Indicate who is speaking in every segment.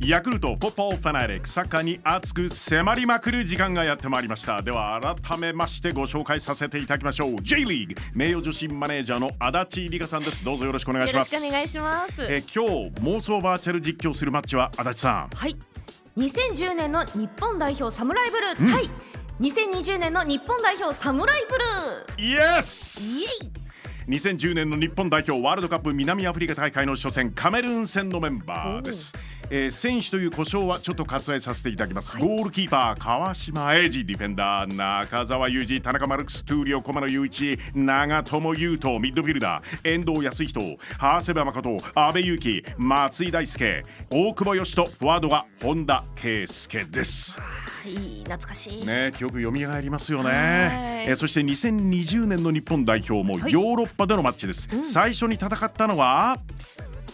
Speaker 1: ヤクルトフォッポーファナリックサッカーに熱く迫りまくる時間がやってまいりましたでは改めましてご紹介させていただきましょう J リーグ名誉女子マネージャーの足立梨花さんですどうぞよろしくお願いし
Speaker 2: よろ
Speaker 1: ま
Speaker 2: し
Speaker 1: す
Speaker 2: くお願いします。
Speaker 1: えー今日妄想バーチャル実況するマッチは足立さん
Speaker 2: はい。2010年の日本代表サムライブルー対、2020年の日本代表サムライブル
Speaker 1: イエス
Speaker 2: ー。イエイ。
Speaker 1: 2010年の日本代表ワールドカップ南アフリカ大会の初戦カメルーン戦のメンバーです、えー選手という故障はちょっと割愛させていただきます、ゴールキーパー川島英二ディフェンダー中澤裕二田中マルクス闘莉王駒野雄一長友佑都ミッドフィルダー遠藤康人長谷部誠阿部勇樹松井大輔大久保嘉人フォワードが本田圭佑です
Speaker 2: はい、懐かしい。
Speaker 1: ね、記憶よみがえりますよね
Speaker 2: は、い
Speaker 1: えーそして2020年の日本代表も
Speaker 2: はい
Speaker 1: ヨーロッパでのマッチです、最初に戦ったのは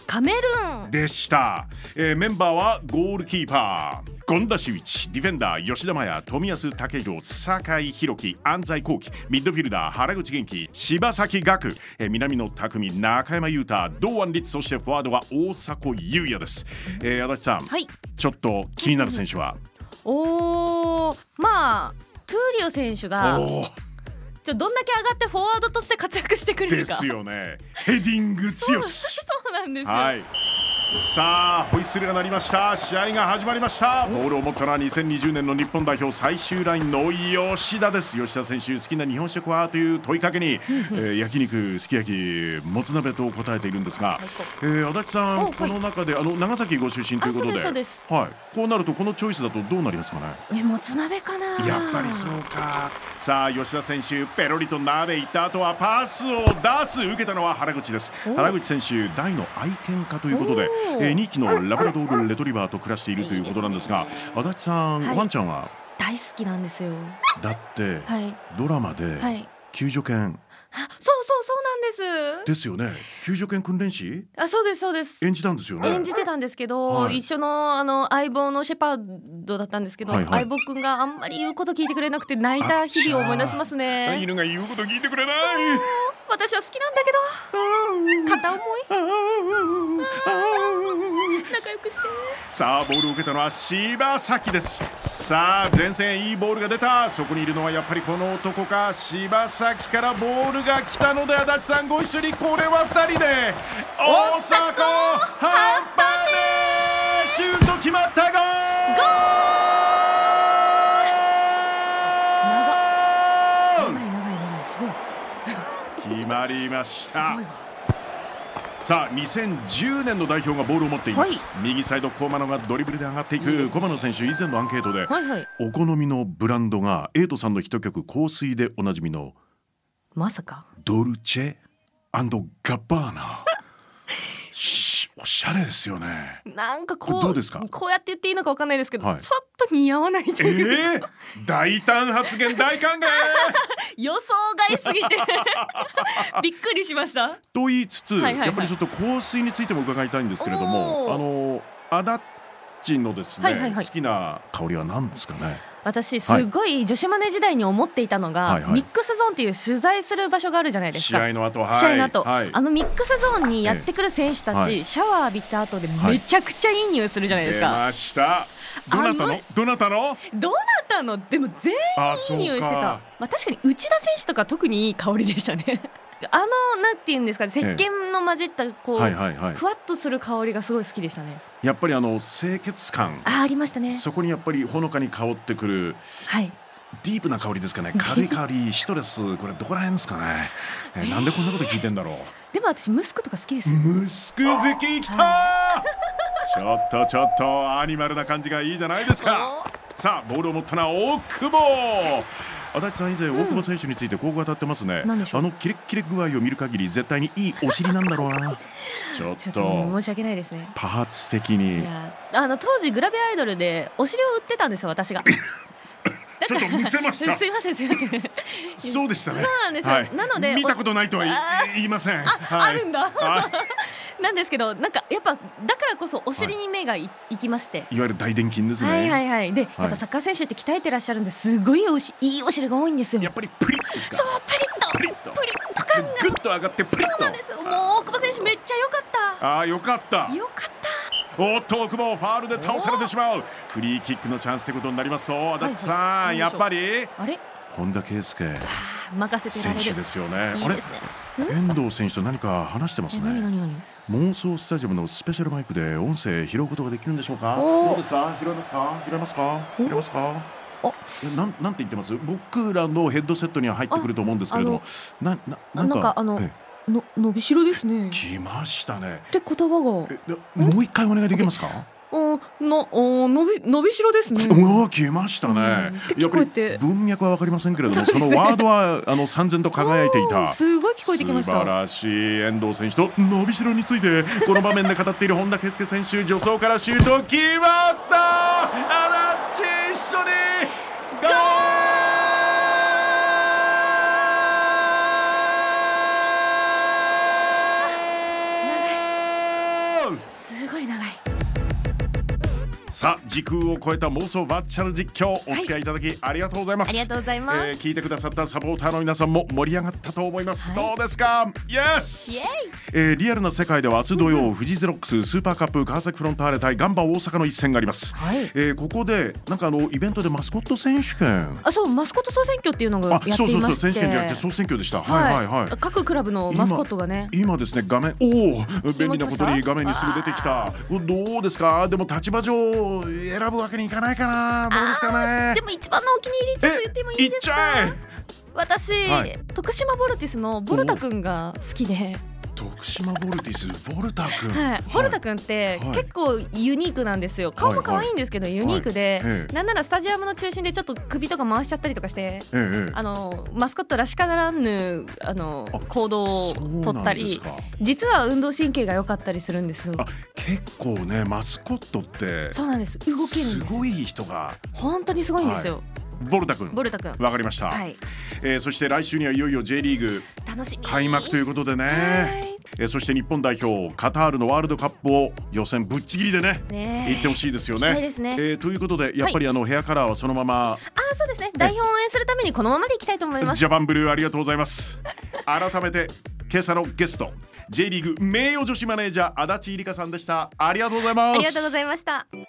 Speaker 2: カメルーン。
Speaker 1: でした、えーメンバーはゴールキーパー権田修一ディフェンダー吉田麻也冨安健洋酒井宏樹安西幸喜ミッドフィルダー原口元気柴崎岳、えー南野拓実中山雄太堂安律そしてフォワードは大迫勇也です、えー足立さん、
Speaker 2: はい。
Speaker 1: ちょっと気になる選手は、
Speaker 2: おー、まあ。トゥーリオ選手が
Speaker 1: おー
Speaker 2: ちょどんだけ上がってフォワードとして活躍してくれ
Speaker 1: で
Speaker 2: るか
Speaker 1: すよねヘディング強し
Speaker 2: そうなんですよ、
Speaker 1: はい。さあホイッスルが鳴りました試合が始まりましたボールを持ったのは2020年の日本代表最終ラインの吉田です吉田選手好きな日本食はという問いかけに、えー焼肉すき焼きもつ鍋と答えているんですが
Speaker 2: 最、
Speaker 1: えー足立さ
Speaker 2: お
Speaker 1: ん
Speaker 2: はい
Speaker 1: この中であの長崎ご出身ということで
Speaker 2: あそうです
Speaker 1: はいこうなるとこのチョイスだとどうなりますかね
Speaker 2: えもつ鍋かな
Speaker 1: やっぱりそうかさあ吉田選手ペロリと鍋行った後はパスを出す受けたのは原口です
Speaker 2: お
Speaker 1: 原口選手大の愛犬家ということで
Speaker 2: お、
Speaker 1: えー、2匹のラブラドールレトリバーと暮らしているということなんですが
Speaker 2: いいです
Speaker 1: 足立さん、
Speaker 2: はい
Speaker 1: ワンちゃんは
Speaker 2: 大好きなんですよ
Speaker 1: だって、
Speaker 2: はい
Speaker 1: ドラマで
Speaker 2: はい
Speaker 1: 救助犬
Speaker 2: あそうそうそうなんです
Speaker 1: ですよね、救助犬訓練士
Speaker 2: あそうですそうです
Speaker 1: 演じたんですよね
Speaker 2: 演じてたんですけど、
Speaker 1: はい
Speaker 2: 一緒のあの相棒のシェパードだったんですけど、
Speaker 1: はいはい
Speaker 2: 相棒くんがあんまり言うこと聞いてくれなくて泣いた日々を思い出しますね
Speaker 1: 犬が言うこと聞いてくれない
Speaker 2: 私は好きなんだけど片思い仲良くして
Speaker 1: さあボールを受けたのは柴崎ですさあ前線いいボールが出たそこにいるのはやっぱりこの男か柴崎からボールが来たので足立さんご一緒にこれは2人で大阪ハンパネシュート決まったゴー
Speaker 2: 長い長い長いすごい
Speaker 1: 決まりまし
Speaker 2: すご
Speaker 1: た
Speaker 2: いわ
Speaker 1: さあ2010年の代表がボールを持っています、右サイド駒野がドリブルで上がっていく
Speaker 2: いいですね
Speaker 1: 駒野選手以前のアンケートで
Speaker 2: はいはい
Speaker 1: お好みのブランドがエイトさんのヒット曲「香水」でおなじみの
Speaker 2: まさか
Speaker 1: ドルチェガッバーナしおしゃれですよね
Speaker 2: なんかこう
Speaker 1: どうですか
Speaker 2: こうやって言っていいのかわかんないですけど、
Speaker 1: はい
Speaker 2: ちょっと似合わないと
Speaker 1: え
Speaker 2: いう、
Speaker 1: ー、大胆発言大歓迎
Speaker 2: 予想外す ぎてびっくりしました
Speaker 1: と言いつつ、
Speaker 2: はいはいはい
Speaker 1: やっぱりちょっと香水についても伺いたいんですけれども
Speaker 2: おー
Speaker 1: あのアダッチのですね、
Speaker 2: はいはいはい
Speaker 1: 好きな香りは何ですかね
Speaker 2: 私すごい女子マネ時代に思っていたのが、
Speaker 1: はいはい
Speaker 2: ミックスゾーンっていう取材する場所があるじゃないです
Speaker 1: 試
Speaker 2: か
Speaker 1: 合の後はい
Speaker 2: 試合の後、
Speaker 1: はい
Speaker 2: あのミックスゾーンにやってくる選手たち、
Speaker 1: ええは
Speaker 2: シャワー浴びた後で
Speaker 1: い
Speaker 2: めちゃくちゃいい匂いするじゃないです
Speaker 1: 出
Speaker 2: か、
Speaker 1: ましたどなた
Speaker 2: あ
Speaker 1: のどなたの
Speaker 2: どうなったのでも全員
Speaker 1: あ
Speaker 2: いい匂いしてたまあ、確かに内田選手とか特にいい香りでしたね あのなんていうんですかね石鹸の混じったこう、
Speaker 1: はいはいはい
Speaker 2: ふわっとする香りがすごい好きでしたね
Speaker 1: やっぱりあの清潔感
Speaker 2: あーありましたね
Speaker 1: そこにやっぱりほのかに香ってくる
Speaker 2: はい
Speaker 1: ディープな香りです かね軽い香りシトレスこれどこら辺ですかね、えーなんでこんなこと聞いてんだろ
Speaker 2: でも私ムスクとか好きです
Speaker 1: う
Speaker 2: よ、
Speaker 1: ムスク好き きたちょっとちょっとアニマルな感じがいいじゃないですかさあボールを持ったのは大久保足立さん以前大久保選手についてこう語ってますね、
Speaker 2: 何でしょ
Speaker 1: あ
Speaker 2: う
Speaker 1: のキレッキレ具合を見る限り絶対にいいお尻なんだろうなちょっ
Speaker 2: ちょっともう
Speaker 1: と
Speaker 2: 申し訳ないですね
Speaker 1: 多発的
Speaker 2: い
Speaker 1: に
Speaker 2: やあの当時グラビアアイドルでお尻を売ってたんですよ私が
Speaker 1: ちょっと 見せま した
Speaker 2: すいませんすい ませんそう
Speaker 1: そうでしたね
Speaker 2: なんですよ、なので
Speaker 1: 見たことないとは言い言いません。
Speaker 2: おあ,、
Speaker 1: はい
Speaker 2: あるんだ
Speaker 1: はい
Speaker 2: なんですけどなんかやっぱだからこそお尻に目がい,、きまして
Speaker 1: いわゆる大殿筋ですね。
Speaker 2: はいはいはいで、やっぱサッカー選手って鍛えてらっしゃるんですごいおしいいお尻が多いんですよ
Speaker 1: やっぱりプリッとですか
Speaker 2: そうパリッと
Speaker 1: プリッと。
Speaker 2: プリッと感が
Speaker 1: グッと上がってプリッと。
Speaker 2: そうなんですもう大久保選手めっちゃ良かっ
Speaker 1: ああよかった
Speaker 2: た。良かった
Speaker 1: おっと奥もファールで倒されてしまうフリーキックのチャンスってことになりますと足立さん、
Speaker 2: はいはい
Speaker 1: やっぱり
Speaker 2: あれ
Speaker 1: 本田圭佑
Speaker 2: あー任せてら
Speaker 1: 選
Speaker 2: れる
Speaker 1: 手ですよね
Speaker 2: いいですね
Speaker 1: あれ遠藤選手と何か話してます
Speaker 2: え何
Speaker 1: ね
Speaker 2: 何何
Speaker 1: 妄想スタジアムのスペシャルマイクで音声拾うことができるんでしょうか
Speaker 2: おー
Speaker 1: どうですか拾えますか拾えますか
Speaker 2: お
Speaker 1: 拾えますか
Speaker 2: あ
Speaker 1: えなんなんて言ってます僕らのヘッドセットには入ってくると思うんですけれどもなななんか
Speaker 2: なんかあの
Speaker 1: え
Speaker 2: の伸びしろですねっ
Speaker 1: 来ましたね
Speaker 2: て言葉が
Speaker 1: えなもう一回お願いできますか
Speaker 2: おのお伸び伸びしろです ね
Speaker 1: うわ来ましたね
Speaker 2: うんって
Speaker 1: やっ
Speaker 2: 聞こ
Speaker 1: ぱ
Speaker 2: え
Speaker 1: り
Speaker 2: て
Speaker 1: 文脈は分かりませんけれども
Speaker 2: そ
Speaker 1: そう
Speaker 2: ですね
Speaker 1: のワードはあの三千と輝いてい
Speaker 2: お
Speaker 1: た
Speaker 2: ーすごい聞こえてきまし
Speaker 1: 素
Speaker 2: た
Speaker 1: 晴らしい遠藤選手と伸びしろについてこの場面で語っている本田圭佑選手助走からシュート決まったアラッチ一緒にゴール
Speaker 2: すごい長い
Speaker 1: さあ時空を超えた妄想バッチャル実況お付き合いいただきありがとうございます、
Speaker 2: ありがとうございます、
Speaker 1: えー聞いてくださったサポーターの皆さんも盛り上がったと思います、
Speaker 2: はい
Speaker 1: どうですか Yes! えーリアルな世界では明日土曜、フジゼロックススーパーカップ川崎フロンターレ対ガンバ大阪の一戦があります、
Speaker 2: はい
Speaker 1: えーここでなんかあのイベントでマスコット選手権
Speaker 2: あそうマスコット総選挙っていうのがや
Speaker 1: あ
Speaker 2: っていまして
Speaker 1: そうそうそう選手権じゃなくて総選挙でした、はいはいはい
Speaker 2: 各クラブのマスコットがね
Speaker 1: 今ですね画面おお便利なことに
Speaker 2: 今来ました
Speaker 1: 画面にすぐ出てきたどうですかでも立場上選ぶわけにいかないかなどうですか
Speaker 2: あー
Speaker 1: ね
Speaker 2: でも一番のお気に入りちょっと言ってもいいで
Speaker 1: え
Speaker 2: すか
Speaker 1: っちゃえ
Speaker 2: 私、
Speaker 1: はい
Speaker 2: 徳島ボルティスのボルタ君が好きで、
Speaker 1: 徳島ボルティスボルタ君
Speaker 2: はい、ボルタ君って
Speaker 1: はい
Speaker 2: 結構ユニークなんですよ、顔も可愛いんですけどユニークで、
Speaker 1: はいええ
Speaker 2: なんならスタジアムの中心でちょっと首とか回しちゃったりとかして
Speaker 1: ええええ
Speaker 2: あのマスコットらしからぬあの
Speaker 1: あ
Speaker 2: 行動を
Speaker 1: そう
Speaker 2: 取
Speaker 1: な
Speaker 2: った
Speaker 1: んです
Speaker 2: り
Speaker 1: か
Speaker 2: 実は運動神経が良かったりするんですよ
Speaker 1: あ結構ねマスコットって
Speaker 2: そうなんです動けるんです
Speaker 1: す
Speaker 2: よ
Speaker 1: ごい人が
Speaker 2: 本当にすごいんですよ、
Speaker 1: ボルタ君
Speaker 2: ボルタ君
Speaker 1: わかりました、
Speaker 2: はい
Speaker 1: えーそして来週にはいよいよ J リーグ
Speaker 2: 楽しみ
Speaker 1: 開幕といううことで
Speaker 2: は
Speaker 1: ね、
Speaker 2: い
Speaker 1: えーそして日本代表カタールのワールドカップを予選ぶっちぎりでね
Speaker 2: ねえ
Speaker 1: 行ってほしいですよ
Speaker 2: 行きたい
Speaker 1: ね。
Speaker 2: ですね
Speaker 1: えーということでやっぱりあのヘアカラーはそのまま
Speaker 2: あーそうですね代表を応援するためにこのままでいきたいと思います
Speaker 1: ジャパンブルーありがとうございます。改めて今朝のゲスト J リーグ名誉女子マネージャー足立梨花さんでした。ありがとうございます。
Speaker 2: ありがとうございました
Speaker 1: 「